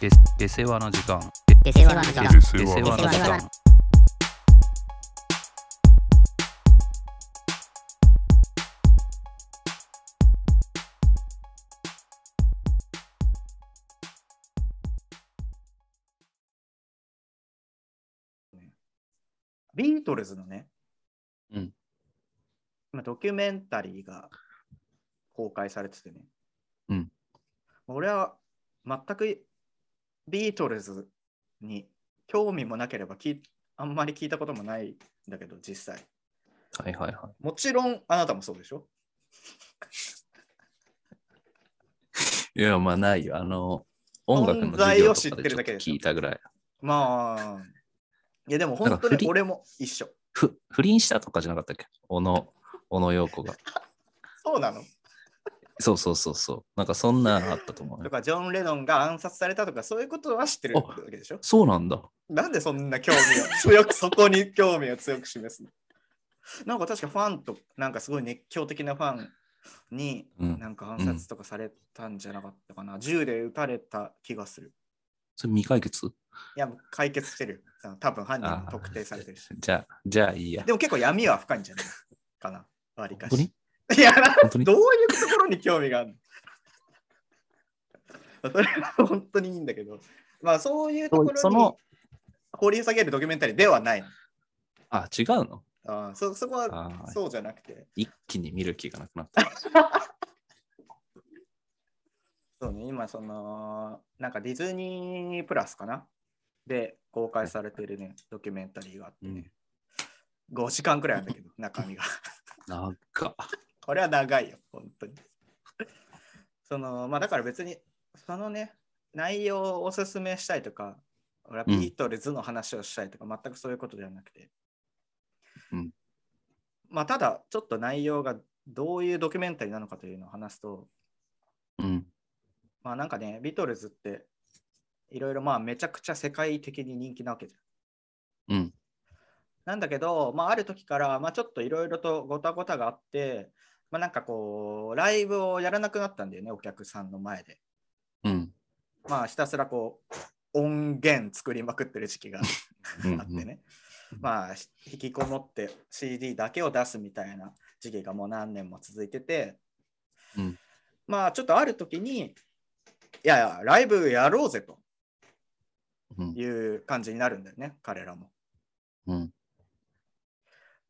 で出世話の時間出世話の時間で出世世話の話時間ビートルズのね、うんまあ、ドキュメンタリーが公開されててね、うん俺は全くビートルズに興味もなければ聞いあんまり聞いたこともないんだけど、実際。はいはいはもちろんあなたもそうでしょいいやまあないよあの音楽の授業とかでちょっと聞いたぐらいまあ、いやでも本当なんかフにリ俺も一緒。ふ不倫したとかじゃなかったっけ小野小野陽子がそうなのそうそうそうそうなんかそんなのあったと思うとよか、ジョン・レノンが暗殺されたとか、そういうことは知ってるわけでしょそうなんだなんでそんな興味を強く、そこに興味を強く示すのなんか確かファンと、なんかすごい熱狂的なファンに、うんなんか暗殺とかされたんじゃなかったかな、銃で撃たれた気がする。それ未解決いや、もう解決してるよその。多分犯人も特定されてるし。じゃあじゃあいいやでも結構闇は深いんじゃないかな、わりか本し。当にいや、な本当にどういうところに興味があ るのそれは本当にいいんだけど、まあそういうところそにの掘り下げるドキュメンタリーではない。あ違うのあーそそこはあーそうじゃなくて、一気に見る気がなくなったそうね、今その、なんかディズニープラスかなで公開されてるね、ドキュメンタリーがあってね、5時間くらいあるんだけど、 中身が。なんかこれは長いよ、本当に。その、まあだから別に、そのね、内容をおすすめしたいとか、俺はうビんートルズの話をしたいとか、全くそういうことではなくて。うんまあただ、ちょっと内容がどういうドキュメンタリーなのかというのを話すと、うんまあなんかね、ビートルズって、いろいろまあめちゃくちゃ世界的に人気なわけじゃん。うんなんだけど、まあ、ある時から、まあ、ちょっといろいろとごたごたがあって、まあ、なんかこう、ライブをやらなくなったんだよね、お客さんの前で。うんまあ、ひたすらこう、音源作りまくってる時期があうんってね。まあ、引きこもって CD だけを出すみたいな時期がもう何年も続いてて、うんまあ、ちょっとある時に、いやいや、ライブやろうぜとうんいう感じになるんだよね、彼らも。うん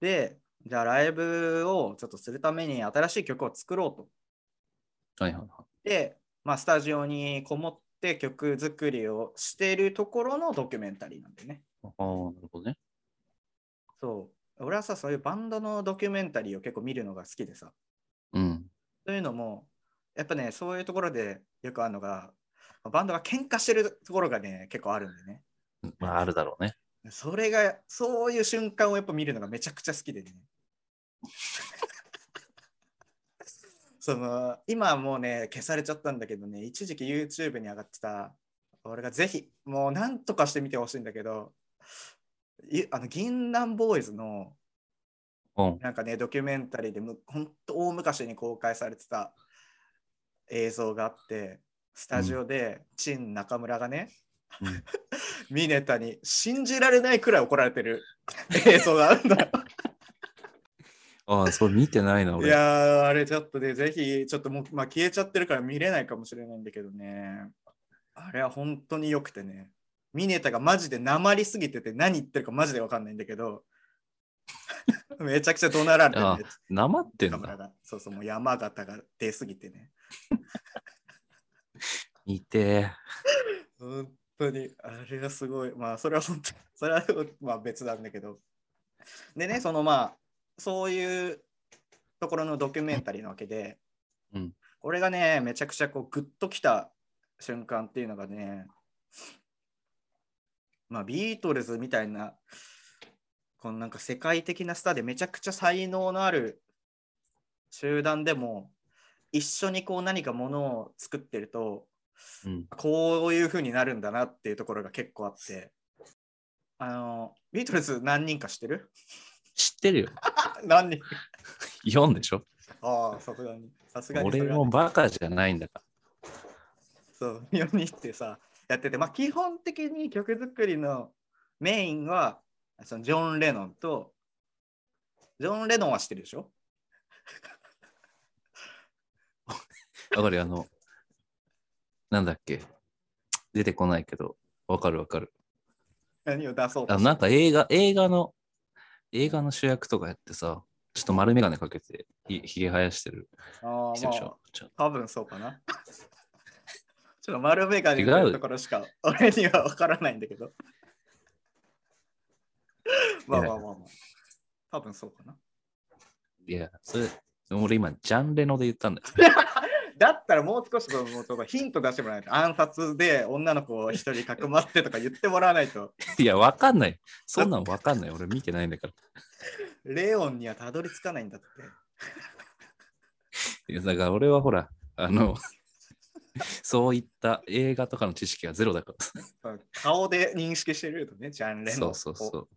で、じゃあライブをちょっとするために新しい曲を作ろうと。はいはいはいで、まあ、スタジオにこもって曲作りをしているところのドキュメンタリーなんでね。ああなるほどねそう。俺はさ、そういうバンドのドキュメンタリーを結構見るのが好きでさ。うんというのも、やっぱね、そういうところでよくあるのが、バンドが喧嘩してるところがね、結構あるんでね。まああるだろうねそれが、そういう瞬間をやっぱ見るのがめちゃくちゃ好きでね。 その、今はもうね、消されちゃったんだけどね、一時期 YouTube に上がってた、俺がぜひ、もうなんとかしてみてほしいんだけど、いあの、銀杏ボーイズの、うんなんかね、ドキュメンタリーでむ、ほんと大昔に公開されてた映像があって、スタジオで、チン中村がね、うんミネタに信じられないくらい怒られてる映像があるんだ。あ あそれ見てないない俺やー、あれちょっとね、ぜひ、ちょっともう、まあ、消えちゃってるから見れないかもしれないんだけどね。あれは本当に良くてね。ミネタがマジで訛りすぎてて何言ってるかマジでわかんないんだけど、 めちゃくちゃ怒鳴られてあね、なまってん田村だが。そうそう、もう山形が出すぎてね。似て本当に、あれがすごい。まあ、それは本当に、 それはまあ別なんだけど。でね、そのまあ、そういうところのドキュメンタリーなわけで、うんこれがね、めちゃくちゃこうグッときた瞬間っていうのがね、まあ、ビートルズみたいな、このなんか世界的なスターでめちゃくちゃ才能のある集団でも、一緒にこう何かものを作ってると、うんこういう風になるんだなっていうところが結構あって、あの、ビートルズ何人か知ってる 知ってるよ何人 4でしょああ、さすがに。さすがにそ俺れはもバカじゃないんだかそう、4人ってさ、やってて、まあ、基本的に曲作りのメインはそのジョン・レノンとジョン・レノンは知ってるでしょわかるあの、なんだっけ出てこないけど、わかるわかる。何を出そうあとしてなんか映画、映画の、映画の主役とかやってさ、ちょっと丸眼鏡かけてひ、ひげ生やしてるあー人までしあょ。ちょ多分そうかな。ちょっと丸眼鏡違うのところしか俺には分からないんだけど。まあまあまあまあ。多分そうかな。いや、それ、俺今、ジャンレノで言ったんだよ。 だったらもう少しもうちょっとヒント出してもらえないと。暗殺で女の子を一人かくまってとか言ってもらわないと。いや、わかんない。そんなんわかんない。俺見てないんだから。レオンにはたどり着かないんだって。いや、だから俺はほら、あ の、そういった映画とかの知識がゼロだかまあ顔で認識してるとね、ジャン・ら。レそノンうを。そうそう。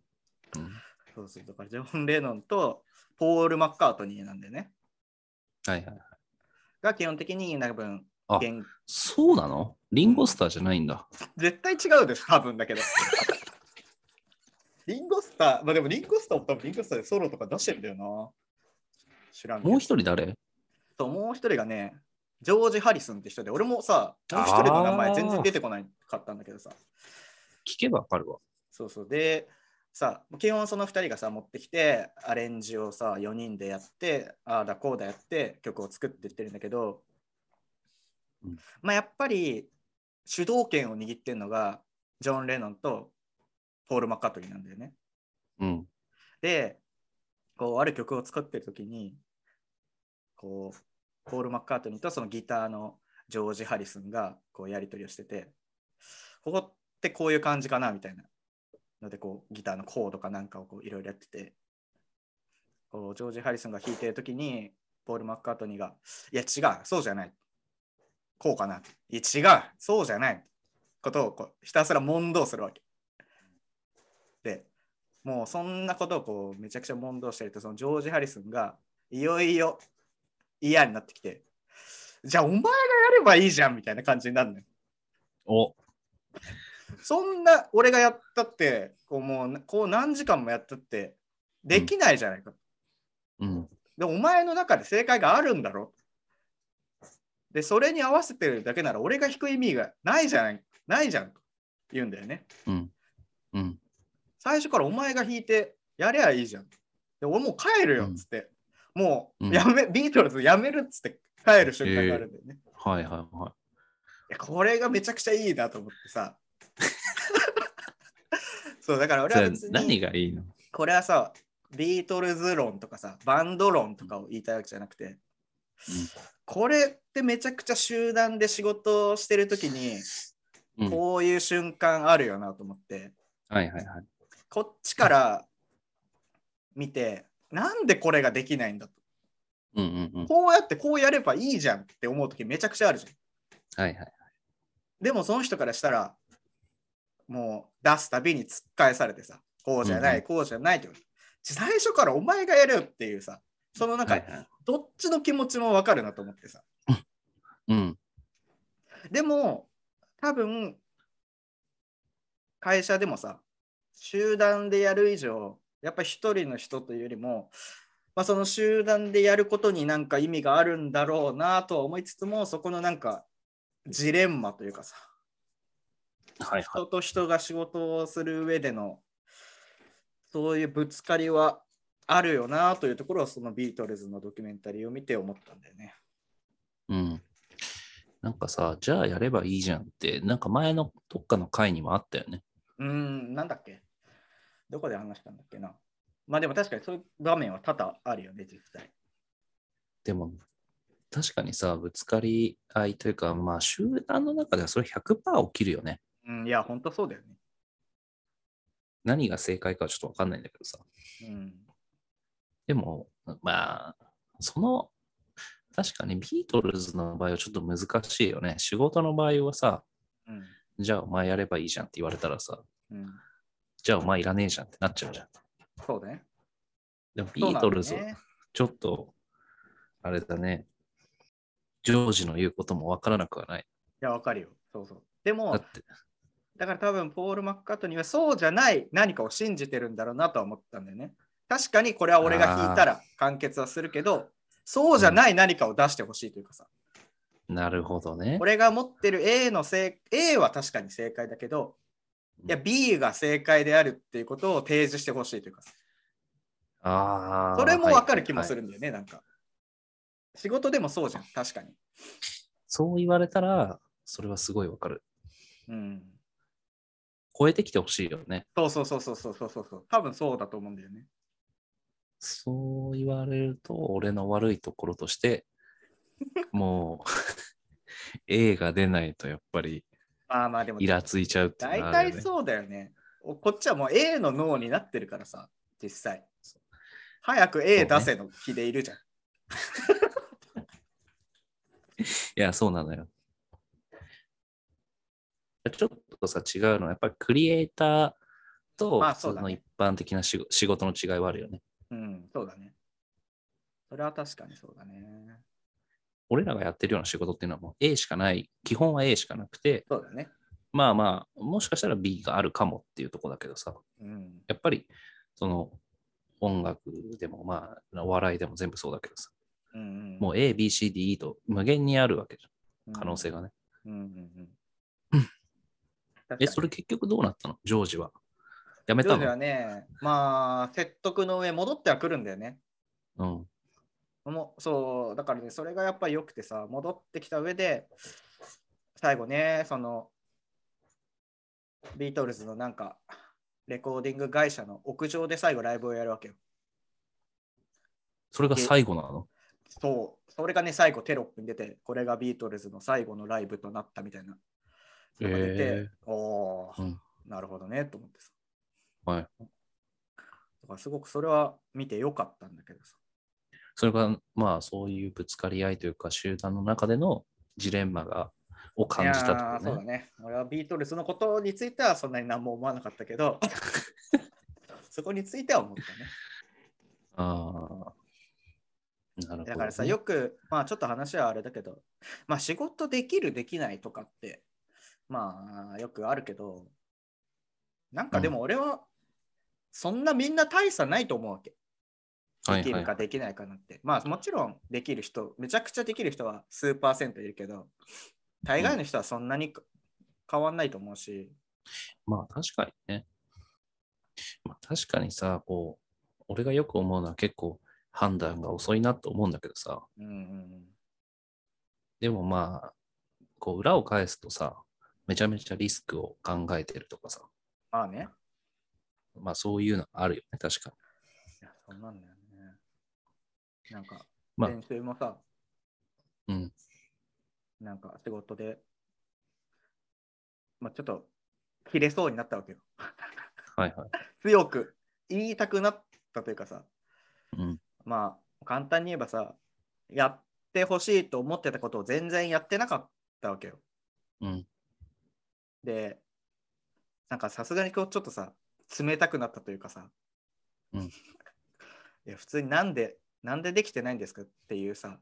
うんそうそうだからジョン・レノンとポール・マッカートニーなんでね。はいはい。が基本的に多分あ原そうなのリンゴスターじゃないんだ。絶対違うでしょ、多分だけど。 リンゴスター、まあでもリンゴスターも多分リンゴスターでソロとか出してるんだよな。知らんけど。もう一人誰ともう一人がね、ジョージ・ハリスンって人で、俺もさ、もう一人の名前全然出てこないかったんだけどさ。聞けばわかるわ。そうそう。で、さ、基本その二人がさ、持ってきて、アレンジをさ、4人でやって、ああだこうだやって、曲を作っていってるんだけど、うんまあやっぱり、主導権を握ってるのが、ジョン・レノンとポール・マッカートニーなんだよね。うん。で、こう、ある曲を作ってる時に、こう、ポール・マッカートニーとそのギターのジョージ・ハリスンが、こう、やり取りをしてて、ここってこういう感じかな、みたいな。ので、こう、ギターのコードかなんかをこう、いろいろやってて、こう、ジョージ・ハリスンが弾いてる時に、ポール・マッカートニーが、いや、違う、そうじゃない。こうかな。いや、違う、そうじゃない。ことをこうひたすら問答するわけ。で、もうそんなことをこうめちゃくちゃ問答してるとそのジョージ・ハリスンがいよいよ嫌になってきてじゃあお前がやればいいじゃんみたいな感じになるのよお、そんな俺がやったってこうもうこう何時間もやったってできないじゃないか、うん。でお前の中で正解があるんだろでそれに合わせてるだけなら俺が弾く意味がないじゃないないじゃんと言うんだよねうん。うん。最初からお前が弾いてやりゃいいじゃん。で俺もう帰るよっつって、もうんうやめ、ビートルズやめるっつって帰る瞬間があるんだよね。はいはいはいやこれがめちゃくちゃいいなと思って さ。そうだからい。俺そはれ別何にがいいのこれはさビートルズ論とかさバンド論とかを言いたいわけじゃなくて、これってめちゃくちゃ集団で仕事をしてる時にうんうんこういう瞬間あるよなと思って、はいはいはい。こっちから見て、なんでこれができないんだと。うんうんうん。こうやってこうやればいいじゃんって思う時めちゃくちゃあるじゃん。はいはい。でもその人からしたら、もう出すたびに突っ返されてさ、こうじゃない、うんうんこうじゃないって。最初からお前がやれよっていうさ、そのなんはかいはい。どっちの気持ちもわかるなと思ってさ。うん。でも、多分、会社でもさ、集団でやる以上、やっぱ一人の人というよりも、まあ、その集団でやることになんか意味があるんだろうなとは思いつつも、そこのなんかジレンマというかさ、はいはい。人と人が仕事をする上での、そういうぶつかりはあるよなというところは、そのビートルズのドキュメンタリーを見て思ったんだよね。うん。なんかさ、じゃあやればいいじゃんって、なんか前のどっかの回にもあったよね。うーん、なんだっけどこで話したんだっけなまあでも確かにそういう場面は多々あるよね、実際。でも、確かにさ、ぶつかり合いというか、まあ集団の中ではそれ100%起きるよね。うん、いや、本当そうだよね。何が正解かはちょっとわかんないんだけどさ。うん。でも、まあ、その、確かにビートルズの場合はちょっと難しいよね。仕事の場合はさ、うん。じゃあお前やればいいじゃんって言われたらさ、うん、じゃあお前いらねえじゃんってなっちゃうじゃん。そうだね。でもビートルズそう、なんだよねちょっと、あれだね、ジョージの言うこともわからなくはない。いや、わかるよ。そうそう。でだもっ、て、だから多分ポール・マッカートニーはそうじゃない何かを信じてるんだろうなとは思ったんだよね。確かにこれは俺が弾いたら完結はするけど、そうじゃない何かを出してほしいというかさ、なるほどね。俺が持ってる A の正 A は確かに正解だけど、いやうん B が正解であるっていうことを提示してほしいというかさ、ああ。それもわかる気もする。るんだよね、なんか。仕事でもそうじゃん、確かに。そう言われたら、それはすごいわかる。うん。超えてきてほしいよね。そうそうそうそうそうそうそう。多分そうだと思うんだよね。そう言われると、俺の悪いところとして、 もう、A が出ないとやっぱりまあまあでも、イラついちゃうっていう大のはあ体るよねそうだよね。おこっちはもう A の脳になってるからさ、実際。早く A 出せの気でいるじゃん。いや、そうなのよ。ちょっとさ、違うのは、やっぱりクリエイターとまあ普そ通うだのね一般的な仕事仕事の違いはあるよね。うん、そうだね。それは確かにそうだね。俺らがやってるような仕事っていうのはもう A しかない、基本は A しかなくて、そうだね。まあまあ、もしかしたら B があるかもっていうとこだけどさ、うん。やっぱり、その、音楽でも、まあ、お笑いでも全部そうだけどさ、うんうん、もう A、B、C、D、E と無限にあるわけじうゃん、可能性がね。ん。うんうんううんん、確かえ、にそれ結局どうなったのジョージは。やめジョたージはのね、まあ、説得の上、戻ってはくるんだよね。うん。もうそう、だからね、それがやっぱり良くてさ、戻ってきた上で、最後ね、その、ビートルズのなんか、レコーディング会社の屋上で最後ライブをやるわけよ。それが最後なのそう、それがね、最後テロップに出て、これがビートルズの最後のライブとなったみたいな。それが出て、へおー、うんなるほどね、と思ってさ。はい。だからすごくそれは見てよかったんだけどさ。それが、まあ、そういうぶつかり合いというか、集団の中でのジレンマがを感じたいやーとそうかだね。ね。俺はビートルズのことについてはそんなに何も思わなかったけ ど、そこについては思ったね。ああ。なるほど、ね。だからさ、よく、まあちょっと話はあれだけど、まあ仕事できる、できないとかって、まあよくあるけど、なんかでも俺は、そんなみんな大差ないと思うわけ。できるはいはかい、できないかなって。まあもちろんできる人、めちゃくちゃできる人は数パーセントいるけど、大概の人はそんなに変わんないと思うし、まあ、確かにね。まあ、確かにさ、こう、俺がよく思うのは結構判断が遅いなと思うんだけどさ、うんうんでもまあ、こう、裏を返すとさ、めちゃめちゃリスクを考えてるとかさ、まあね。まあそういうのあるよね、確かに。いや、そうなんだよね。なんか、まあ先週もさ、うん。なんか仕事で、まあちょっと、切れそうになったわけよ。はいはい。強く言いたくなったというかさ、うん。まあ、簡単に言えばさ、やってほしいと思ってたことを全然やってなかったわけよ。うん。で、なんかさすがにこうちょっとさ、冷たくなったというかさ、うんいや普通になんで、なんでできてないんですかっていうさ、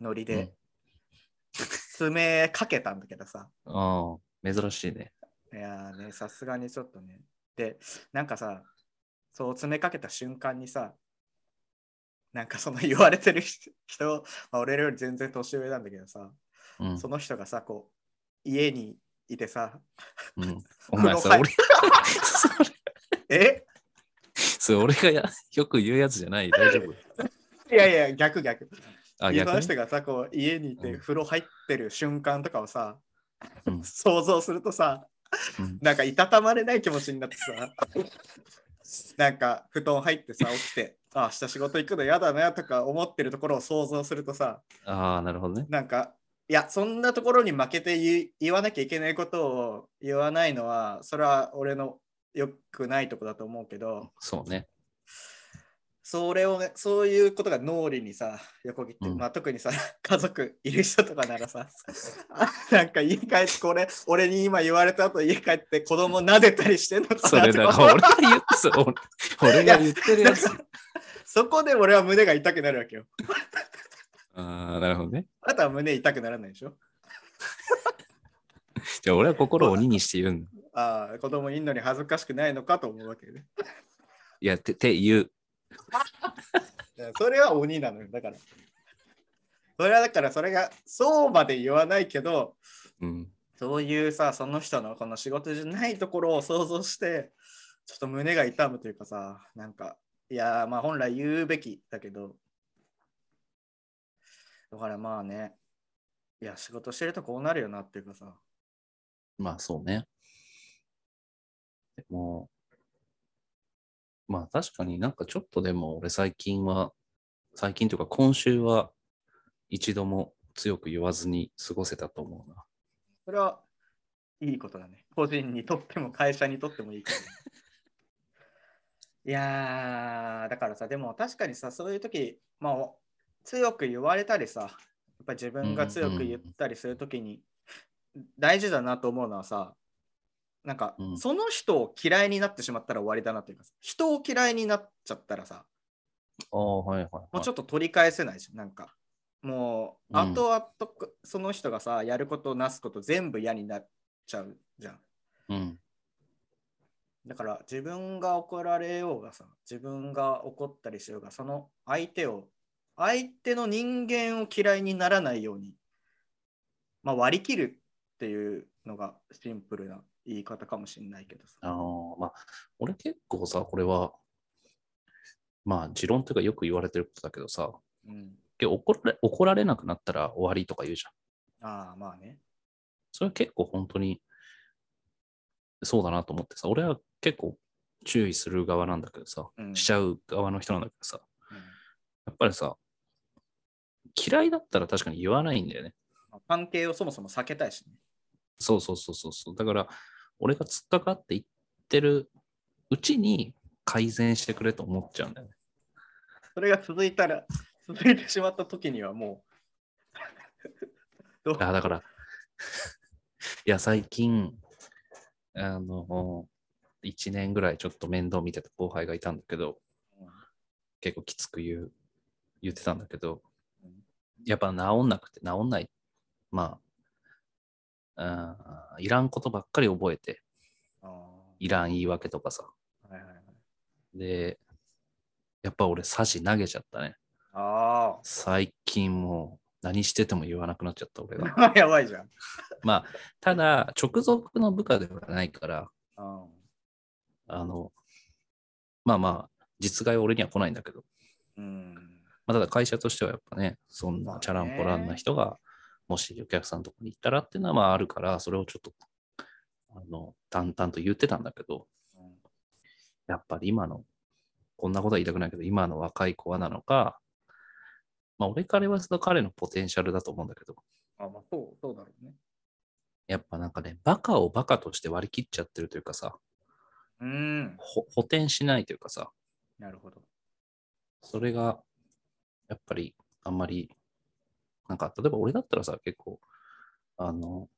ノリで、 詰めかけたんだけどさ、ああ、珍しいね。いやーね、さすがにちょっとね。で、なんかさ、そう詰めかけた瞬間にさ、なんかその言われてる人、 人まあ、俺らより全然年上なんだけどさ、うんその人がさ、こう、家にいてさ、 うん、お前こさ、の俺、それ、えそれ俺がやよく言うやつじゃない、大丈夫。 いやいや、逆逆。あ、家逆のに人がさ、こう家にいてうん風呂入ってる瞬間とかをさ、うん想像するとさ、うんなんかいたたまれない気持ちになってさ、なんか布団入ってさ、起きて、あ、明日仕事行くの嫌だなとか思ってるところを想像するとさ、ああ、なるほどね。なんか、いや、そんなところに負けて言い言わなきゃいけないことを言わないのは、それは俺の良くないとこだと思うけど、そうね。それをね、そういうことが脳裏にさ、横切って、うんまあ特にさ、 家族いる人とかならさ、 あなんか家帰って、これ、俺に今言われた後家帰って子供撫でたりしてんのかなそれだとかから俺が言ってそう俺俺が言ってるやつ。 そこで俺は胸が痛くなるわけよ。ああ、なるほどね。あとは胸痛くならないでしょじゃあ俺は心を鬼にして言うんだ。ああ、子供いんのに恥ずかしくないのかと思うわけね。いや、て、て言う。いやそれは鬼なのよ。だから。それはだから、それがそうまで言わないけど、うん。そういうさ、その人のこの仕事じゃないところを想像して、ちょっと胸が痛むというかさ、なんか、いやー、まあ本来言うべきだけど、だからまあね、いや、仕事してるとこうなるよなっていうかさ、まあそうね。でも、まあ確かになんかちょっとでも俺最近は、最近というか今週は一度も強く言わずに過ごせたと思うな。それはいいことだね。個人にとっても会社にとってもいいことだね。 いやー、だからさ、でも確かにさ、そういう時、まあ、お強く言われたりさ、やっぱり自分が強く言ったりする時に、大事だなと思うのはさ、なんか、うんその人を嫌いになってしまったら終わりだなというかさ、人を嫌いになっちゃったらさ、ああ、はいはい、はい。もうちょっと取り返せないじゃん、なんか。もう、うん後々くその人がさ、やることなすこと全部嫌になっちゃうじゃん。うん。だから自分が怒られようがさ、自分が怒ったりしようが、その相手を、相手の人間を嫌いにならないように、まあ、割り切るっていうのがシンプルな言い方かもしれないけどあさ。のまあ、俺結構さ、これは、まあ持論というかよく言われてることだけどさ、うん、で怒られ怒られなくなったら終わりとか言うじゃん。ああ、まあね。それは結構本当にそうだなと思ってさ、俺は結構注意する側なんだけどさ、うんしちゃう側の人なんだけどさ、うんやっぱりさ、嫌いだったら確かに言わないんだよね。まあ関係をそもそも避けたいしね。そうそうそうそうそう。だから、俺が突っかかって言ってるうちに改善してくれと思っちゃうんだよね。それが続いたら、 続いてしまった時にはもう どう。あだから、 いや、最近、あの、1年ぐらいちょっと面倒見てた後輩がいたんだけど、うん結構きつく言う言ってたんだけどうん、やっぱ治んなくて、治んない。まあ、うんいらんことばっかり覚えて、あーいらん言い訳とかさ。はいはいはいで、やっぱ俺、サジ投げちゃったね。あ最近もう、何してても言わなくなっちゃった俺が。ー。 やばいじゃん。まあ、ただ、直属の部下ではないから、あーあの、まあまあ、実害は俺には来ないんだけど、うん。まあ、ただ会社としてはやっぱね、そんまあなねチャランポランな人が、もしお客さんのとこに行ったらっていうのはまああるから、それをちょっと、あの、淡々と言ってたんだけど、うんやっぱり今の、こんなことは言いたくないけど、今の若い子はなのか、まあ俺から言わせた彼のポテンシャルだと思うんだけど、あ、まあ、そう、そうだろうね。やっぱなんかね、バカをバカとして割り切っちゃってるというかさ、うん。ほ補填しないというかさ、なるほど。それが、やっぱり、あんまり、なんか、例えば俺だったらさ、結構、あの、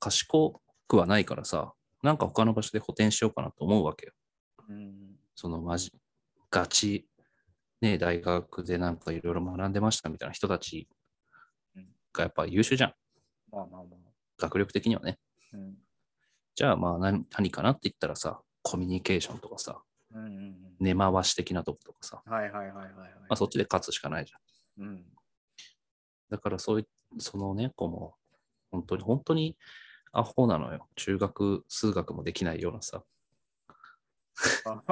賢くはないからさ、なんか他の場所で補填しようかなと思うわけよ。うん。その、まじ、ガチ、ね、大学でなんかいろいろ学んでましたみたいな人たちがやっぱ優秀じゃん。まあまあまあ。学力的にはね。うん。じゃあ、まあ何、何かなって言ったらさ、コミュニケーションとかさ、うんうん根回し的なとことかさ、うん。はいはいはいはい、はい。まあ、そっちで勝つしかないじゃん。うん。だからそういう、そのね、子も、本当に、本当にアホなのよ。中学、数学もできないようなさ。あ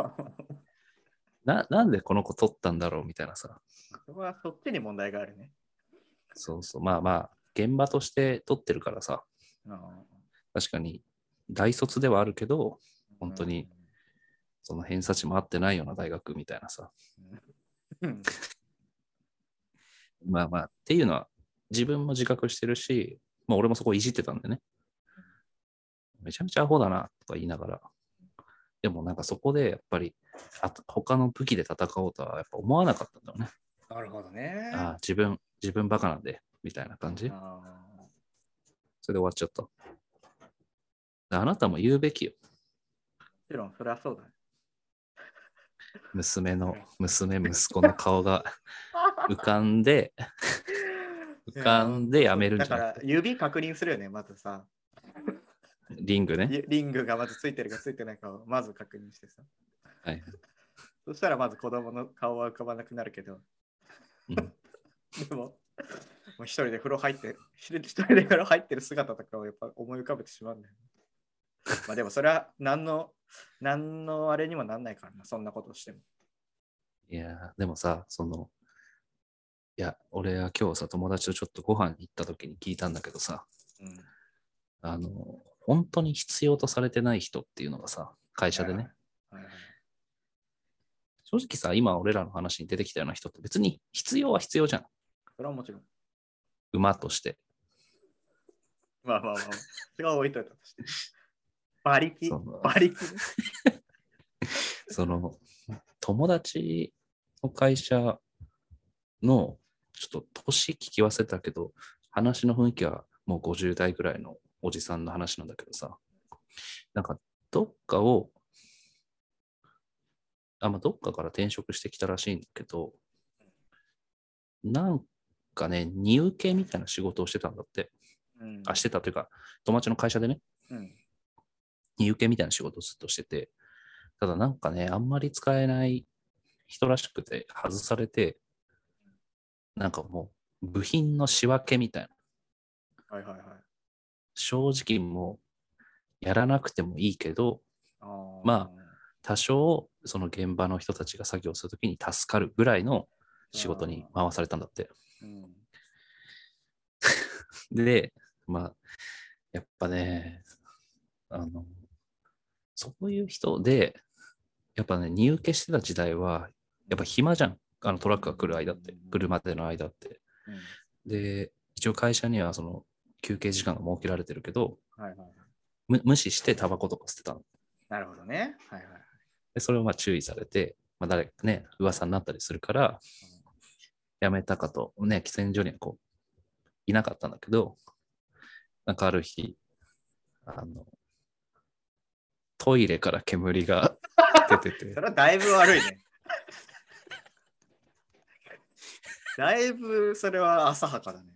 な、なんでこの子取ったんだろうみたいなさ。そこはそっちに問題があるね。そうそう。まあまあ、現場として取ってるからさ。あー確かに、大卒ではあるけど、本当に。その偏差値も合ってないような大学みたいなさ。うん。まあまあ、っていうのは、自分も自覚してるし、まあ俺もそこいじってたんでね。めちゃめちゃアホだな、とか言いながら。でもなんかそこでやっぱり、あと他の武器で戦おうとはやっぱ思わなかったんだよね。なるほどね。ああ、自分、自分バカなんで、みたいな感じ。あーそれで終わっちゃった。であなたも言うべきよ。もちろん、そりゃそうだね。娘の、娘、息子の顔 が浮かんで、浮かんでやめるんだじゃかならくて。指確認するよね、まずさ。リングね。リリングがまずついてるかついてないかをまず確認してさ。はい。そしたらまず子供の顔は浮かばなくなるけど。うんでも、もう一人で風呂入って、 一人で風呂入ってる姿とかをやっぱ思い浮かべてしまうんだよ、ね。まあでもそれは何の、何のあれにもなんないからな、そんなことをしても。いやー、でもさ、その、いや、俺は今日さ、友達とちょっとご飯に行った時に聞いたんだけどさ、うん、あの、本当に必要とされてない人っていうのがさ、会社でね、はいはい。正直さ、今俺らの話に出てきたような人って別に必要は必要じゃん。それはもちろん。馬として。まあまあまあ、それは置いといたとして。馬力そ、の馬力。その、友達の会社の、ちょっと年聞き忘れたけど、話の雰囲気はもう50代ぐらいのおじさんの話なんだけどさ、なんかどっかを、あ、まあ、どっかから転職してきたらしいんだけど、なんかね、荷受けみたいな仕事をしてたんだって。うんあ、してたというか、友達の会社でね、うん荷受けみたいな仕事をずっとしてて、ただなんかね、あんまり使えない人らしくて外されて、なんかもう部品の仕分けみたいな、はいはいはい。正直もうやらなくてもいいけど、あーま多少その現場の人たちが作業するときに助かるぐらいの仕事に回されたんだって。うんで、まあ、やっぱね、あの、そういう人で、やっぱね、荷受けしてた時代は、やっぱ暇じゃん。あのトラックが来る間ってうん、車での間って。うんで、一応会社にはその休憩時間が設けられてるけど、はいはいはい。む無視してタバコとか捨てたの。なるほどね。はい はい。で、それをまあ注意されて、まあ、誰かね、噂になったりするから、やめたかと、ね、喫煙所にはこう、いなかったんだけど、なんかある日、あの、トイレから煙が出ててそ、 れはだいぶ悪いね。だいぶそれは浅はかだね。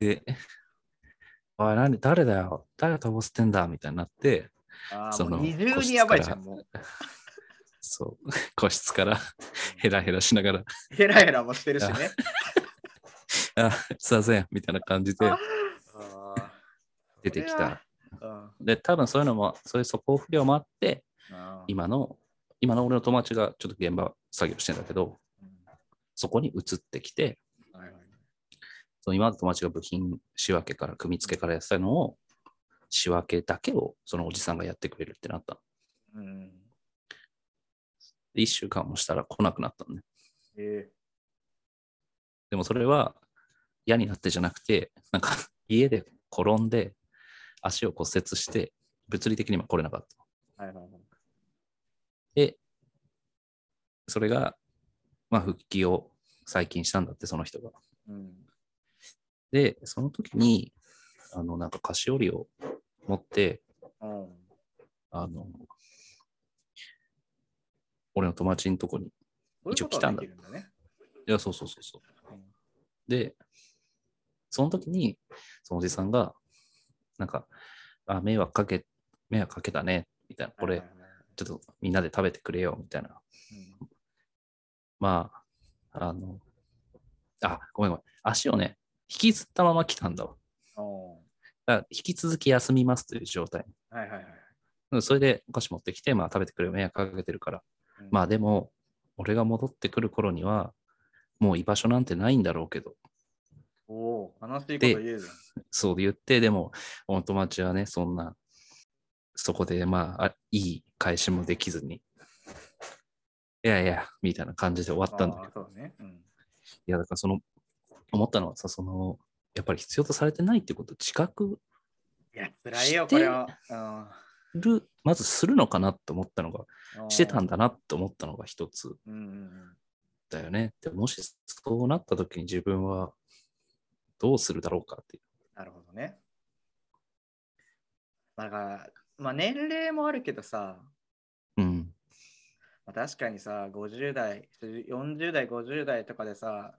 で、おい、何、誰だよ、誰タバコ吸ってんだみたいになって、ああ、そもうの二重にやばいじゃん。もそう、 個室からヘラヘラしながら、うヘラヘラもしてるしね。あ、すいません、みたいな感じであ出てきた。ーうんで、多分そういうのも、そういう素行不良もあって、あー今の、今の俺の友達がちょっと現場作業してんだけど、うんそこに移ってきて、はいはいその今の友達が部品仕分けから組み付けからやってたのを仕分けだけをそのおじさんがやってくれるってなった。うんで、1週間もしたら来なくなったのね。えでもそれは嫌になってじゃなくて、なんか 家で転んで足を骨折して物理的には来れなかった。ーはいはいはいで、それが、まあ復帰を最近したんだって、その人が。うんで、その時に、あの、なんか菓子折りを持って、うんあの、俺の友達のとこに、いそういう一応こと来たはんできだるんだね。。や、そうそうそうそううんで、その時に、そのおじさんが、なんか、あ、迷惑かけ、迷惑かけたね、みたいな、こはれい、はいはいちょっとみんなで食べてくれよ、みたいな。うんまあ、あの、あ、ごめんごめん。足をね、引きずったまま来たんだわ。おだから引き続き休みますという状態。ーはいはいはいうんそれでお菓子持ってきて、まあ食べてくれ、迷惑かけてるから。うんまあでも、俺が戻ってくる頃には、もう居場所なんてないんだろうけど、おー悲しいこと言うじゃん。そう言って、でも、お友達はね、そんな、そこでまあ、あいい返しもできずに、いやいや、みたいな感じで終わったんだけあどー、そうね。うんいや、だからその、思ったのはさ、その、やっぱり必要とされてないってことを自覚いや、辛いよ、これは。る、まずするのかなって思ったのが、してたんだ。だなって思ったのが一つうんうんうんだよね。でもしそうなった時に自分はどうするだろうかっていう。なるほどね。だから、まあ年齢もあるけどさ、うん。まあ、確かにさ、50代、40代、50代とかでさ、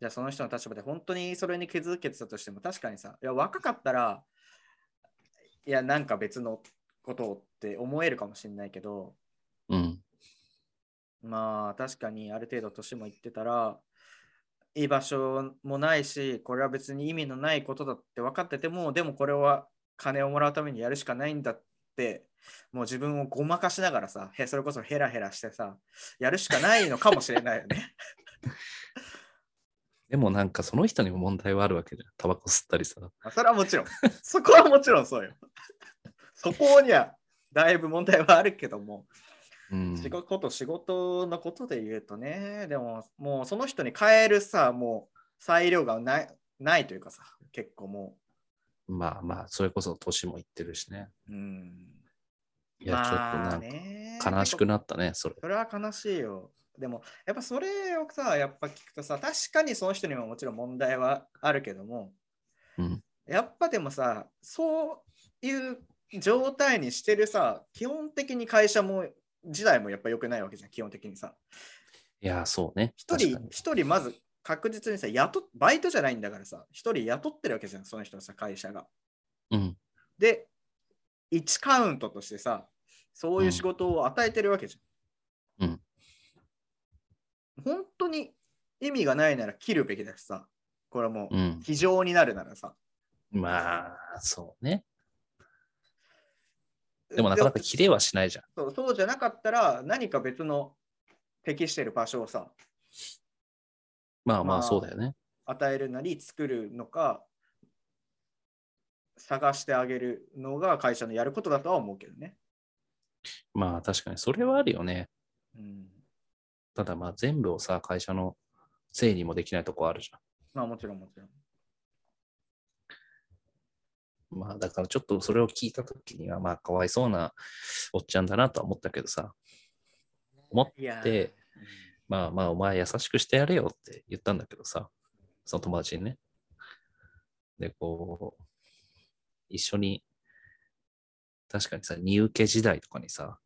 じゃあその人の立場で本当にそれに気づけてたとしても、確かにさ、いや若かったら、いや、なんか別のことをって思えるかもしれないけど、うん。まあ確かにある程度年もいってたら、居場所もないし、これは別に意味のないことだって分かってても、でもこれは金をもらうためにやるしかないんだって、もう自分をごまかしながらさ、へそれこそヘラヘラしてさ、やるしかないのかもしれないよね。 でもなんかその人にも問題はあるわけじゃん。タバコ吸ったりさ。まあそれはもちろん、そこはもちろんそうよ。そこにはだいぶ問題はあるけども、うん。仕事と仕事のことで言うとね、でももうその人に変えるさ、もう裁量がないないというかさ、結構もまあまあ、それこそ年もいってるしね。う。うん。いや、ちょっとなんかね悲しくなったね、それ。それは悲しいよ。でも、やっぱそれをさ、やっぱ聞くとさ、確かにその人にももちろん問題はあるけども、うんやっぱでもさ、そういう状態にしてるさ、基本的に会社も時代もやっぱ良くないわけじゃん、基本的にさ。いや、そうね。一確か人に、一人まず確実にさ、雇っバイトじゃないんだからさ、一人雇ってるわけじゃん、その人のさ、会社が。うん。で、1カウントとしてさ、そういう仕事を与えてるわけじゃん。うん本当に意味がないなら切るべきだしさ、これはもううん。非常になるならさ。まあ、そうね。でもなかなか切れはしないじゃん。そうそうじゃなかったら、何か別の適してる場所をさ、まあままあ、あそうだよね。与えるなり作るのか、探してあげるのが会社のやることだとは思うけどね。まあ、確かにそれはあるよね。うん、ただまあ、全部をさ、会社のせいにもできないとこあるじゃまあもちろんもちろん。ん。まあ、だからちょっとそれを聞いたときには、まあ、かわいそうなおっちゃんだなとは思ったけどさ。思っいやーて、まあまあ、お前優しくしてやれよって言ったんだけどさ、その友達にね。で、こう、一緒に、確かにさ、荷受け時代とかにさ、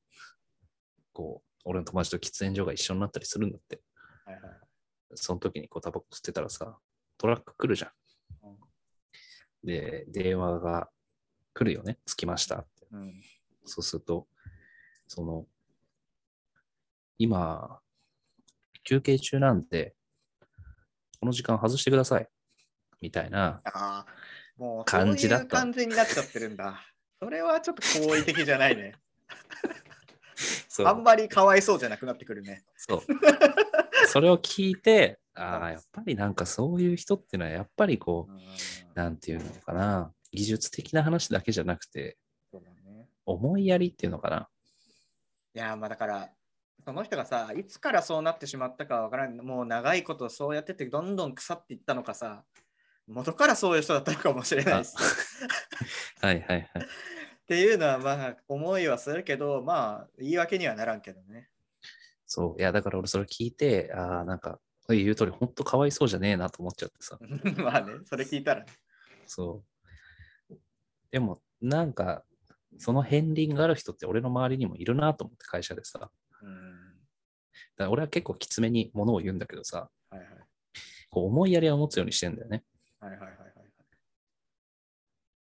こう、俺の友達と喫煙所が一緒になったりするんだって。はいはいその時にこう、タバコ吸ってたらさ、トラック来るじゃんう。で、電話が来るよね。着きましたって。うんそうすると、その、今、休憩中なんで、この時間外してください。みたいな、ああ、もう感じだそういっうた感じになっちゃってるん だ。それはちょっと好意的じゃないね。そうあんまりかわいそうじゃなくなってくるね。 そうそれを聞いて、ああ、やっぱりなんかそういう人ってのは、やっぱりこうんう、なんていうのかな、技術的な話だけじゃなくて、そうだね思いやりっていうのかな。いやー、まあだから、その人がさ、いつからそうなってしまったかわからん。もう長いことそうやってて、どんどん腐っていったのかさ、元からそういう人だったのかもしれないし。はいはいはい。っていうのは、まあ、思いはするけど、まあ、言い訳にはならんけどね。 そう、いや、だから俺それ聞いて、ああ、なんか、言う通り、本当かわいそうじゃねえなと思っちゃってさ。まあね、それ聞いたらね。そう。でも、なんか、その片鱗がある人って俺の周りにもいるなと思って会社でさ。だかうんら俺は結構きつめにものを言うんだけどさ、はいはいこう思いやりを持つようにしてんだよね。はいはいはいはい。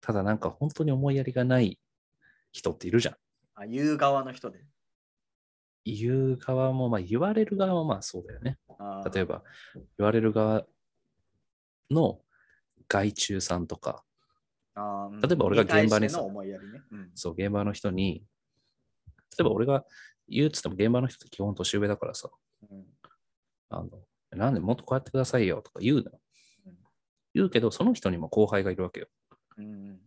ただなんか本当に思いやりがない人っているじゃん。あ、言う側の人で。言う側も、まあ言われる側もまあそうだよね。あー例えば、言われる側の外注さんとか、あーうん例えば俺が現場に対してさの思いやりね。うんそう、現場の人に、例えば俺が言うっつっても現場の人って基本年上だからさ、うんあの、なんでもっとこうやってくださいよとか言うのようん。言うけど、その人にも後輩がいるわけよ。うん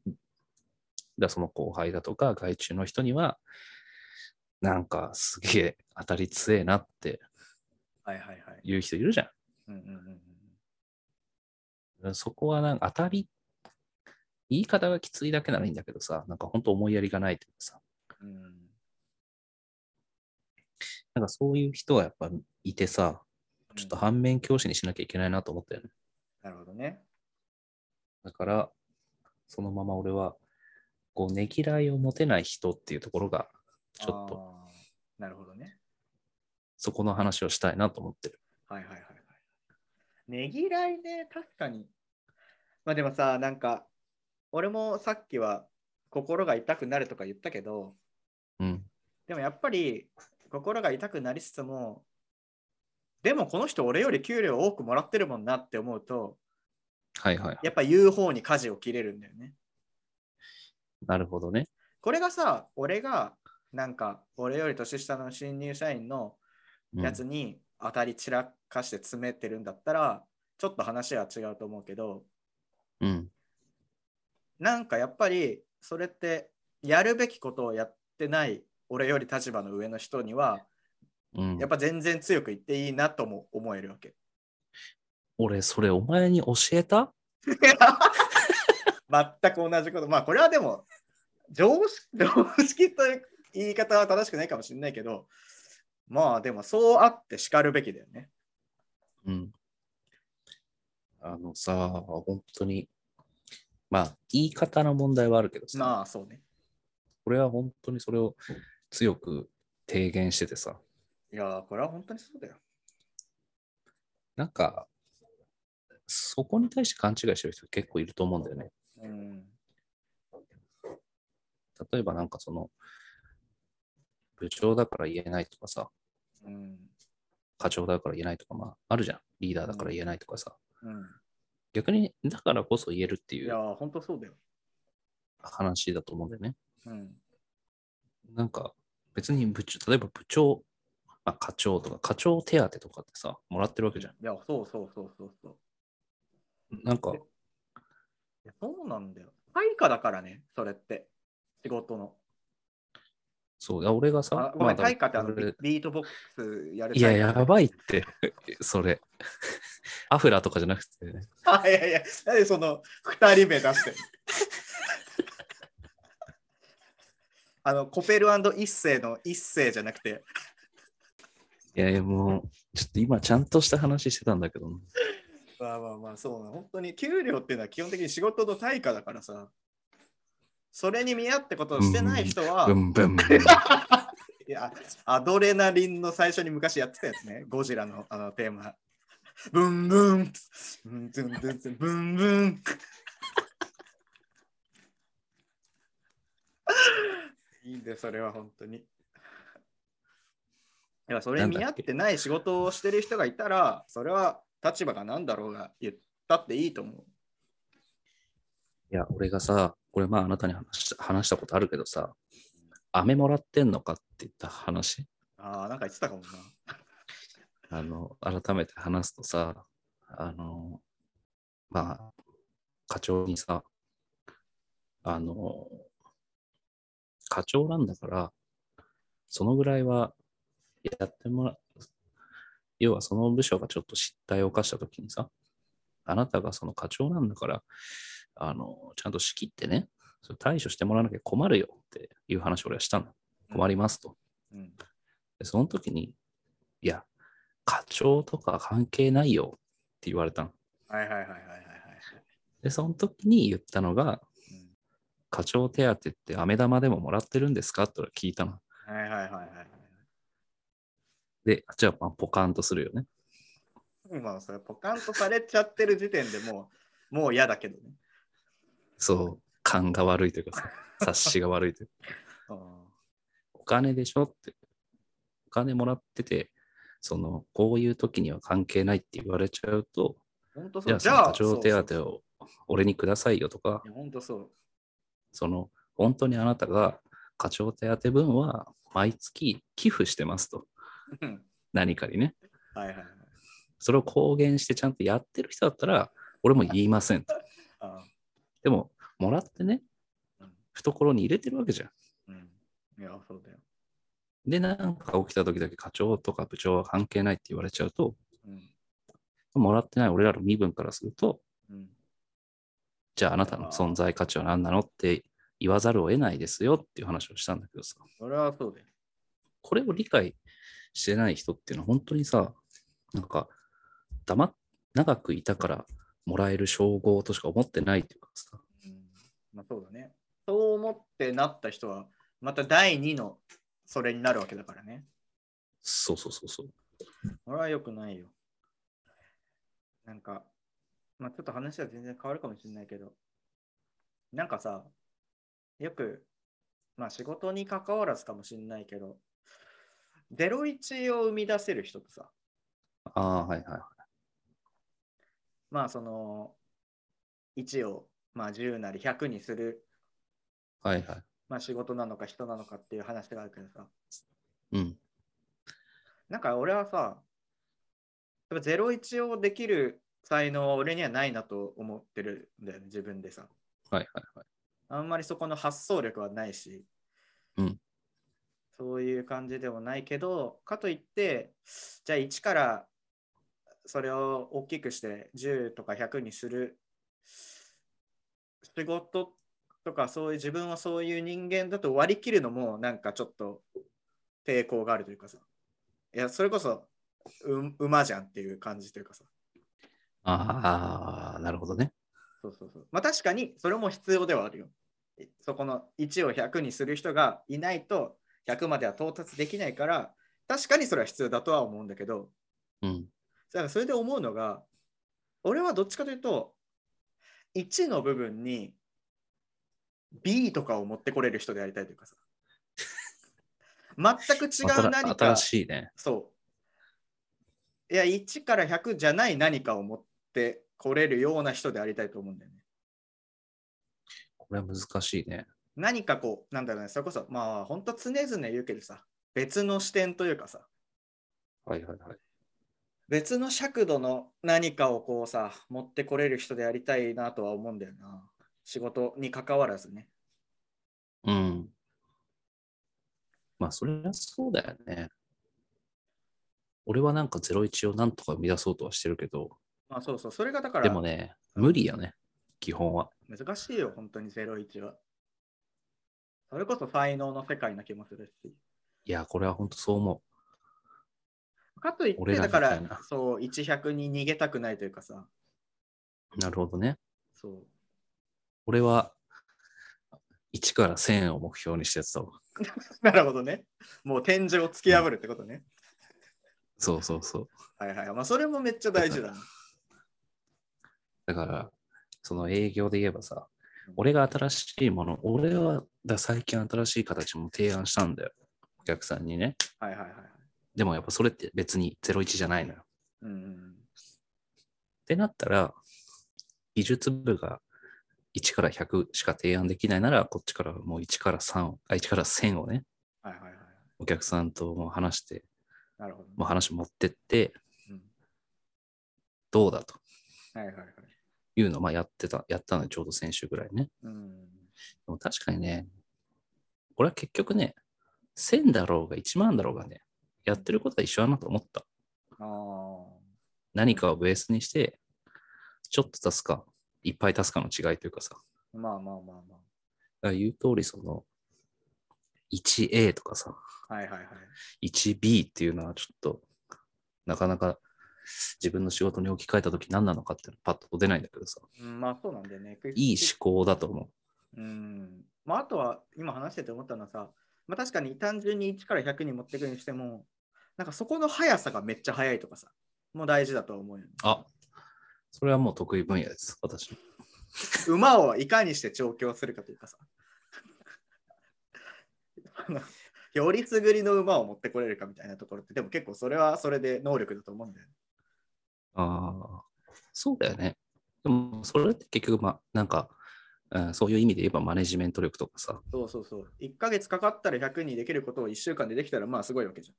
だからその後輩だとか、外注の人には、なんかすげえ当たり強えなってはいはいはい。いう人いるじゃうんうんうんん。そこはなんか当たり、言い方がきついだけならいいんだけどさ、なんか本当思いやりがないというかさ、うんうんなんかそういう人はやっぱいてさ、ちょっと反面教師にしなきゃいけないなと思ったよね。なるほどね。だから、そのまま俺は、こう、ねぎらいを持てない人っていうところが、ちょっとあー。なるほどね。そこの話をしたいなと思ってる。はいはいはいはい。ねぎらいね、確かに。まあでもさ、なんか、俺もさっきは心が痛くなるとか言ったけど、うん。でもやっぱり心が痛くなりつつも、でもこの人俺より給料多くもらってるもんなって思うと、はいはい。やっぱ言う方に舵を切れるんだよね。なるほどね。これがさ、俺がなんか俺より年下の新入社員のうんやつに当たり散らかして詰めてるんだったら、ちょっと話は違うと思うけど、うん。なんかやっぱりそれってやるべきことをやってない俺より立場の上の人には、うんやっぱ全然強く言っていいなとも思えるわけ。俺、それお前に教えた全く同じこと。まあこれはでも常識常識という言い方は正しくないかもしれないけど、まあでもそうあってしかるべきだよね。うん。あのさ、本当に、まあ、言い方の問題はあるけどさ、まあそうね。俺は本当にそれを強く提言しててさ、いやーこれは本当にそうだよ。なんか、そこに対して勘違いしてる人結構いると思うんだよね。うん。例えばなんかその、部長だから言えないとかさ、うん。課長だから言えないとか、まあ、あるじゃん。リーダーだから言えないとかさ、う逆にだからこそ言えるってん、いいやうー本当そうだよ。話だと思うんだよね。うん。なんか別に部長、例えば部長、まあ、課長とか、課長手当とかってさ、もらってるわけじゃん。いやそうそうそうそうそう。なんか、いやそうなんだよ。配下だからね、それって。仕事の。そう、いや俺があ、さごめん、まあ配下ってあの俺ビビートボックスやる。いや、やばい。いって、 それ。アフラとかじゃなくて、ね、 あいやいや、なんでその2人目出してんの あの、コペル一世の一世じゃなくて、いやいや、もう、ちょっと今、ちゃんとした話してたんだけど、まあまあまあ、そうなの。本当に給料っていうのは基本的に仕事の対価だからさ、それに見合ってことをしてない人は、ブンブンブン。いや、アドレナリンの最初に昔やってたやつね、ゴジラのあのテーマ。ブンブン、ブンブンブンブンブンブン。いいんだよ、それは本当に。いや、それに見合ってない仕事をしてる人がいたら、それは立場が何だろうが言ったっていいと思う。いや、俺がさ、これまああなたに話した話したことあるけどさ、飴もらってんのかって言った話、ああ、なんか言ってたかもな。あの、改めて話すとさ、あの、まあ、課長にさ、あの、課長なんだから、そのぐらいはやってもら、要はその部署がちょっと失態を犯したときにさ、あなたがその課長なんだから、あの、ちゃんと仕切ってね、それ対処してもらわなきゃ困るよっていう話を俺はしたの。困りますと。うん。でその時に、いや、課長とか関係ないよって言われたの。はいはいはいはいはいはい。で、その時に言ったのが、うん課長手当って飴玉でももらってるんですかって俺は聞いたの。はいはいはいはいはい。で、じゃあ、まあ、ポカンとするよね。まあそれポカンとされちゃってる時点でもう、もう嫌だけどね。そう、勘が悪いというかさ、察しが悪いというか、 うんお金でしょって。お金もらってて、その、こういう時には関係ないって言われちゃうと、本当そじゃう。あ、その課そう長手当を俺にくださいよとかい、や本当そう。その、本当にあなたが課長手当分は毎月寄付してますと。うん何かにね。はいはいはい。それを公言してちゃんとやってる人だったら、俺も言いませんと。あでも、もらってね、懐に入れてるわけじゃん。うん。いや、そうだよ。で、なんか起きた時だけ課長とか部長は関係ないって言われちゃうと、うん。もらってない俺らの身分からすると、うん。じゃああなたの存在価値は何なのって言わざるを得ないですよっていう話をしたんだけどさ。それはそうだよ。これを理解してない人っていうのは本当にさ、なんか、黙っ、長くいたからもらえる称号としか思ってないっていうかさ、うん。まあそうだね。そう思ってなった人は、また第二のそれになるわけだからね。そうそうそうそう。それは良くないよ。なんか、まあちょっと話は全然変わるかもしれないけど、なんかさ、よく、まあ仕事に関わらずかもしれないけど、ゼロイチを生み出せる人とさ、ああ、はいはい。まあその、1を、まあ、10なり100にする、はいはい。まあ仕事なのか人なのかっていう話があるけどさ、うん。なんか俺はさ、やっぱ01をできる才能は俺にはないなと思ってるんだよね、自分でさ。はいはいはい。あんまりそこの発想力はないし、うんそういう感じでもないけど、かといって、じゃあ1からそれを大きくして10とか100にする仕事とかそういう自分はそういう人間だと割り切るのもなんかちょっと抵抗があるというかさ。いや、それこそ、うん、馬じゃんっていう感じというかさ。ああ、なるほどね。そうそうそう。まあ確かにそれも必要ではあるよ。えそこの1を100にする人がいないと100までは到達できないから、確かにそれは必要だとは思うんだけど、うん。だからそれで思うのが、俺はどっちかというと、1の部分に B とかを持ってこれる人でありたいというかさ。全く違う新何か新。しいね。そう。いや、1から100じゃない何かを持ってこれるような人でありたいと思うんだよね。これは難しいね。何かこう、なんだろうね、それこそ、まあ、本当常々言うけどさ、別の視点というかさ、はいはいはい。別の尺度の何かをこうさ、持ってこれる人でやりたいなとは思うんだよな。仕事に関わらずね。うん。まあ、それはそうだよね。俺はなんか01をなんとか生み出そうとはしてるけど、まあ、そうそう、それがだから、でもね、無理よね。基本は。難しいよ、本当に01は。それこそ才能の世界な気もするし。いや、これは本当そう思かといっ俺て、だらみかたいなら、そう、100に逃げたくないというかさ、う。なるほどね。そう。 俺は1から1000を目標にしてやってたわ。なるほどね。もう天井を突き破るってことね。そうそうそう。はいはい。まあ、それもめっちゃ大事だな。だから、その営業で言えばさ、俺が新しいもの、俺はだ最近新しい形も提案したんだよ。お客さんにね。はいはいはいはい。でもやっぱそれって別に01じゃないのよ。っうんうんうん。てなったら、技術部が1から100しか提案できないなら、こっちからもう1から3を、あ、1から1000をね、はいはいはい。お客さんともう話して、なるほど、ねもう話持ってって、うん。どうだとはいはいはい。いうのをまあやってた、やったのよちょうど先週ぐらいね。うん。でも確かにね、俺は結局ね、1000だろうが1万だろうがね、やってることは一緒だなと思った。ああ。何かをベースにして、ちょっと足すか、いっぱい足すかの違いというかさ、まあまあまあまだから言う通りその、1A とかさ、あ。はいはいはい。 1B っていうのはちょっと、なかなか自分の仕事に置き換えたとき何なのかっていうのパッと出ないんだけどさ、うん、まあそうなんだよね。いい思考だと思う。うん。まああとは今話してて思ったのはさ、まあ確かに単純に1から100に持っていくにしても、なんかそこの速さがめっちゃ速いとかさ、もう大事だとは思うよ、ね。あ、それはもう得意分野です、私の。馬をいかにして調教するかというかさ。あのよりすぐりの馬を持ってこれるかみたいなところって、でも結構それはそれで能力だと思うんだよね。ああ、そうだよね。でも、それって結局、まあ、なんか、うん、そういう意味で言えばマネジメント力とかさ、そうそうそう。1ヶ月かかったら100にできることを1週間でできたら、まあすごいわけじ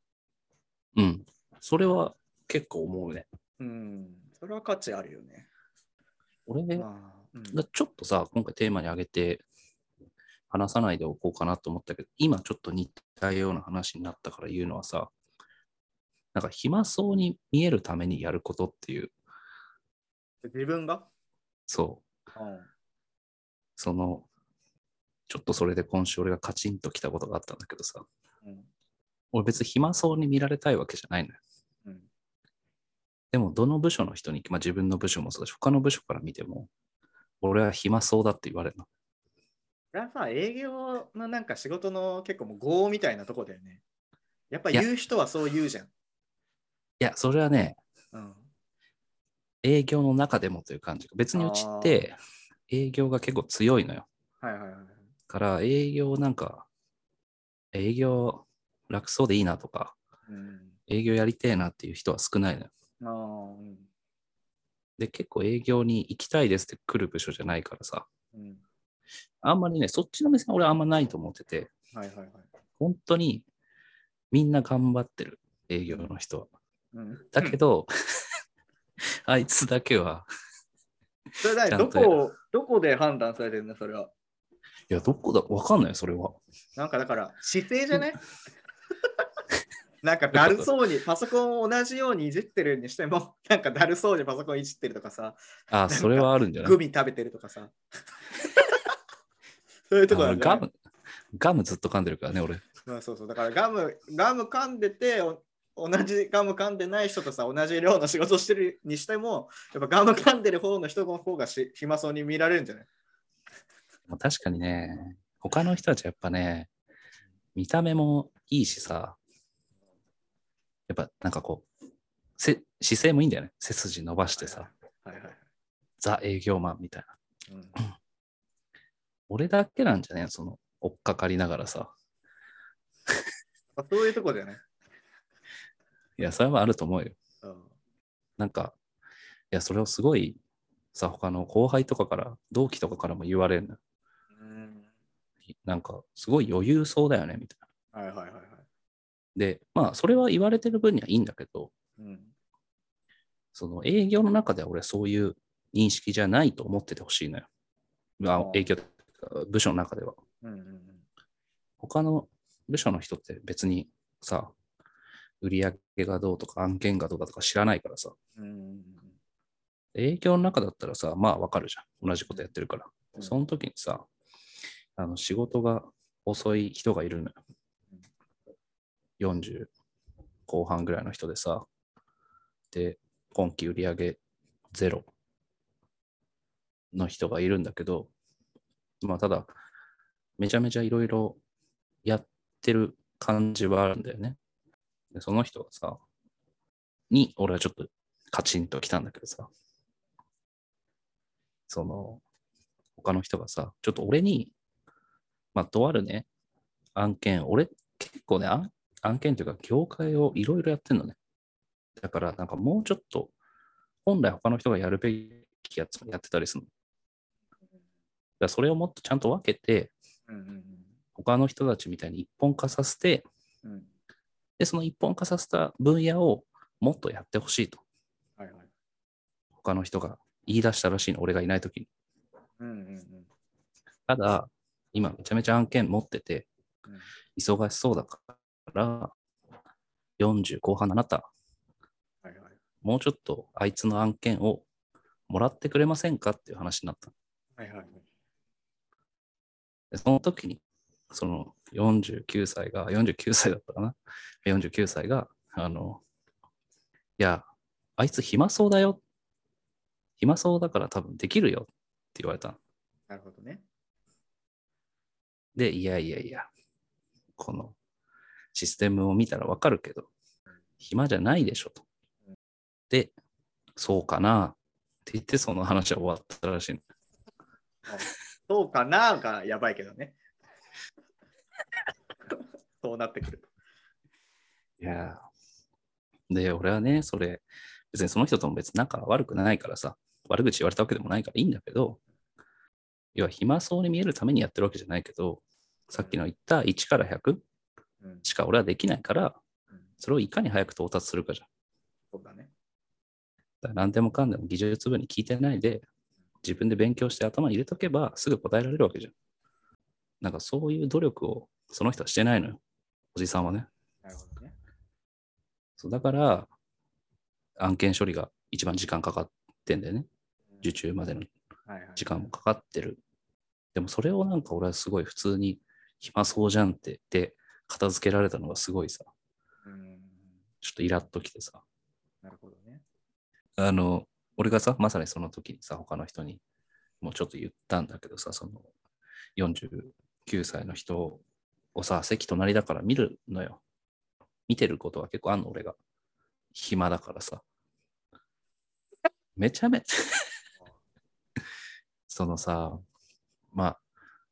うん、それは結構思うね。ゃん。うん。それは価値あるよね。俺ね、まあ、うん、だちょっとさ、今回テーマに挙げて、話さないでおこうかなと思ったけど、今ちょっと似たような話になったから言うのはさ、なんか暇そうに見えるためにやることっていう、自分が、そう、その、ちょっとそれで今週俺がカチンと来たことがあったんだけどさ、うんうん俺別に暇そうに見られたいわけじゃないのようん、でも、どの部署の人に、まあ、自分の部署もそうだし、他の部署から見ても、俺は暇そうだって言われるの。これはさ、営業のなんか仕事の結構もう業みたいなとこだよね。やっぱいや言う人はそう言うじゃん。いや、それはね、うん。営業の中でもという感じが。別にうちって、営業が結構強いのよ。はいはいはい。から営業なんか、営業楽そうでいいなとか、うん営業やりてえなっていう人は少ないのよ。あーうんで、結構営業に行きたいですって来る部署じゃないからさ、うんあんまりね、そっちの目線俺あんまないと思ってて、はいはいはい。本当にみんな頑張ってる、営業の人は。うん、だけど、 あいつだけは、それ何ちゃどんとこどこで判断されてるんだそれは。いや、どこだ、わかんない、それは。なんかだから姿勢じゃない なんかだるそうにパソコンを同じようにいじってるにしても なんかだるそうにパソコンいじってるとかさあ、それはあるんじゃないグミ食べてるとかさ そういうとこあなんじゃガないム、ガムずっと噛んでるからね、俺。まあ、そうそうだからガムガム噛んでてお同じガム噛んでない人とさ同じ量の仕事してるにしてもやっぱガム噛んでる方の人の方がし暇そうに見られるんじゃないまあ確かにね、他の人たちやっぱね、見た目もいいしさ、やっぱなんかこう、せ姿勢もいいんだよね。背筋伸ばしてさ、はいはい、ザ営業マンみたいな。うん俺だけなんじゃねその、追っかかりながらさ。まあそういうとこじゃない、いや、それはあると思うよ。うんなんか、いや、それをすごい、さ、他の後輩とかから、同期とかからも言われるの。うん、なんか、すごい余裕そうだよね、みたいな。はいはいはいはい、で、まあ、それは言われてる分にはいいんだけど、うんその営業の中では俺そういう認識じゃないと思っててほしいのよ。まああ、ー営業、部署の中では。うんうんうん他の部署の人って別にさ、売り上げがどうとか案件がどうだとか知らないからさ、うんうん営業の中だったらさ、まあわかるじゃん。同じことやってるから。うんその時にさ、あの仕事が遅い人がいるのよ。40後半ぐらいの人でさ、で、今期売上ゼロの人がいるんだけど、まあただ、めちゃめちゃいろいろやってる感じはあるんだよね。でその人がさ、に俺はちょっとカチンと来たんだけどさ、その、他の人がさ、ちょっと俺に、まあ、とあるね、案件、俺、結構ね、案案件というか、業界をいろいろやってんのね。だから、なんかもうちょっと、本来他の人がやるべきやつもやってたりするの。だからそれをもっとちゃんと分けて、うんうん他の人たちみたいに一本化させて、うんうんで、その一本化させた分野をもっとやってほしいと。はいはい他の人が言い出したらしいの、俺がいないときに。うんうんうんただ、今めちゃめちゃ案件持ってて、うん忙しそうだから、40後半のあなた、はいはいもうちょっとあいつの案件をもらってくれませんかっていう話になった。はいはいはいでその時に、その49歳が、49歳だったかな ?49 歳が、あの、いや、あいつ暇そうだよ。暇そうだから多分できるよって言われたの。なるほどねで、いやいやいや、このシステムを見たらわかるけど、暇じゃないでしょとうん。で、そうかなって言って、その話は終わったらしいの。あそうかながやばいけどねそうなってくるいやーで、俺はね、それ、別にその人とも別に仲悪くないからさ、悪口言われたわけでもないからいいんだけど、要は暇そうに見えるためにやってるわけじゃないけど、さっきの言った1から100うんしか俺はできないからうん、それをいかに早く到達するかじゃん。そうだねだから何でもかんでも技術部に聞いてないで、自分で勉強して頭に入れとけばすぐ答えられるわけじゃん。なんかそういう努力をその人はしてないのよ。おじさんはね。なるほどねそうだから、案件処理が一番時間かかってんだよね。うん受注までのはいはい時間もかかってる。でもそれをなんか俺はすごい普通に暇そうじゃんってで片付けられたのがすごいさ、うんちょっとイラッときてさ。なるほどねあの、俺がさ、まさにその時にさ、他の人にもうちょっと言ったんだけどさ、その49歳の人をさ、席隣だから見るのよ。見てることは結構あんの、俺が。暇だからさ。 めちゃめちゃ。そのさ、まあ、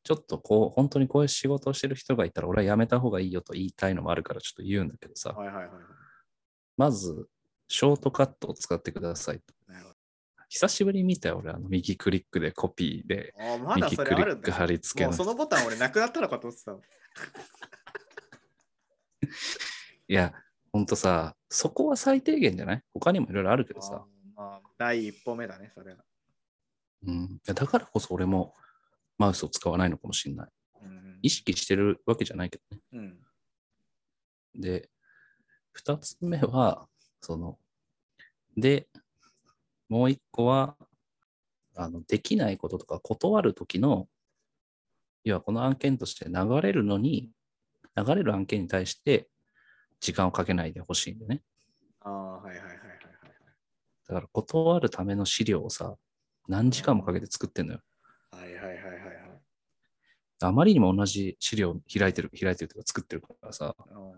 ちょっとこう、本当にこういう仕事をしてる人がいたら、俺はやめた方がいいよと言いたいのもあるから、ちょっと言うんだけどさ、はいはいはい。まず、ショートカットを使ってくださいと。なるほど久しぶりに見たよ、俺、あの右クリックでコピーで、あーまだ右そクれリあるッんクだ。貼り付けものうそのボタン俺なくなったのかと思ってたの。いや、ほんとさ、そこは最低限じゃない他にもいろいろあるけどあーさ。まあ、第一歩目だね、それは。うん、いやだからこそ俺もマウスを使わないのかもしれない。うん意識してるわけじゃないけどね。うん。で、二つ目は、その、で、もう一個は、あの、できないこととか断るときの、要はこの案件として流れるのに、流れる案件に対して時間をかけないでほしいんだよね。ああ、はいはいはいはいはい。だから断るための資料をさ、何時間もかけて作ってんのよ。はいはいはいはいはい。あまりにも同じ資料を開いてる、開いてるとか作ってるからさ、うん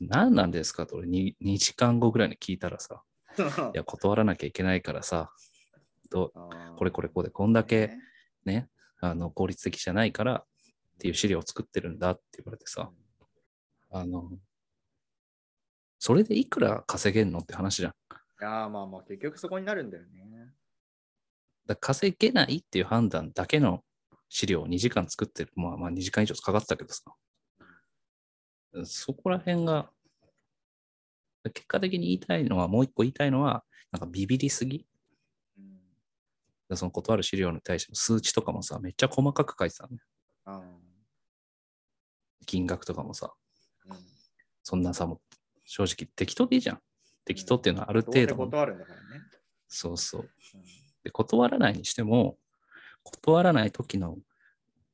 何なんですかと俺 2, 2時間後ぐらいに聞いたらさ、あ いや、断らなきゃいけないからさ、どーこれこれこうでこんだけねうね、あの効率的じゃないからっていう資料を作ってるんだって言われてさ、あの、それでいくら稼げんのって話じゃん。いやーまあまあ結局そこになるんだよね。だから稼げないっていう判断だけの資料を2時間作ってる、まあまあ2時間以上かかってたけどさ、そこら辺が、結果的に言いたいのは、もう一個言いたいのは、なんかビビりすぎだかうんらその断る資料に対しての数値とかもさ、めっちゃ細かく書いてたのね。あ金額とかもさ、ーうんそんなさ、もう正直適当でいいじゃん。適当っていうのはある程ど度うせの、断るんだからね。そうそう。うんで断らないにしても断らない時の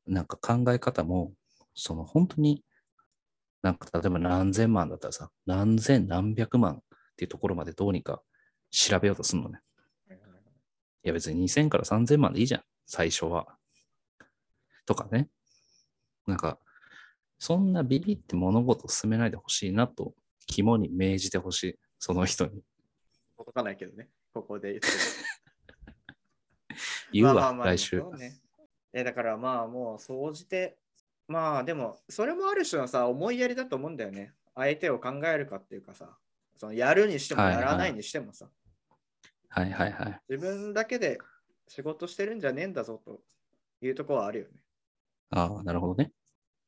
なんか考え方もその本当になんか例えば何千万だったらさ何千何百万っていうところまでどうにか調べようとするのねいや別に2000から3000万でいいじゃん最初はとかねなんかそんなビビって物事を進めないでほしいなと肝に銘じてほしいその人に届かないけどね、ここで言っても。 言うまあわまあまあ来週そうねえだからまあもう総じてまあでもそれもある種のさ思いやりだと思うんだよね相手を考えるかっていうかさそのやるにしてもはいはやいらないにしてもさ、はいはいはい自分だけで仕事してるんじゃねえんだぞというところはあるよねああなるほどね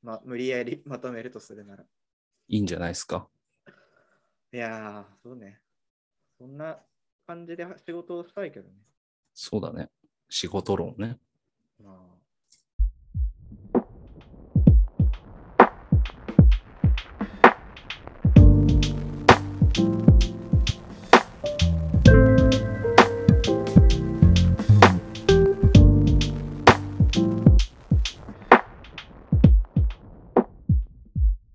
まあ無理やりまとめるとするならいいんじゃないですかいやーそうねそんな感じで仕事をしたいけどねそうだね。仕事論ね。まあ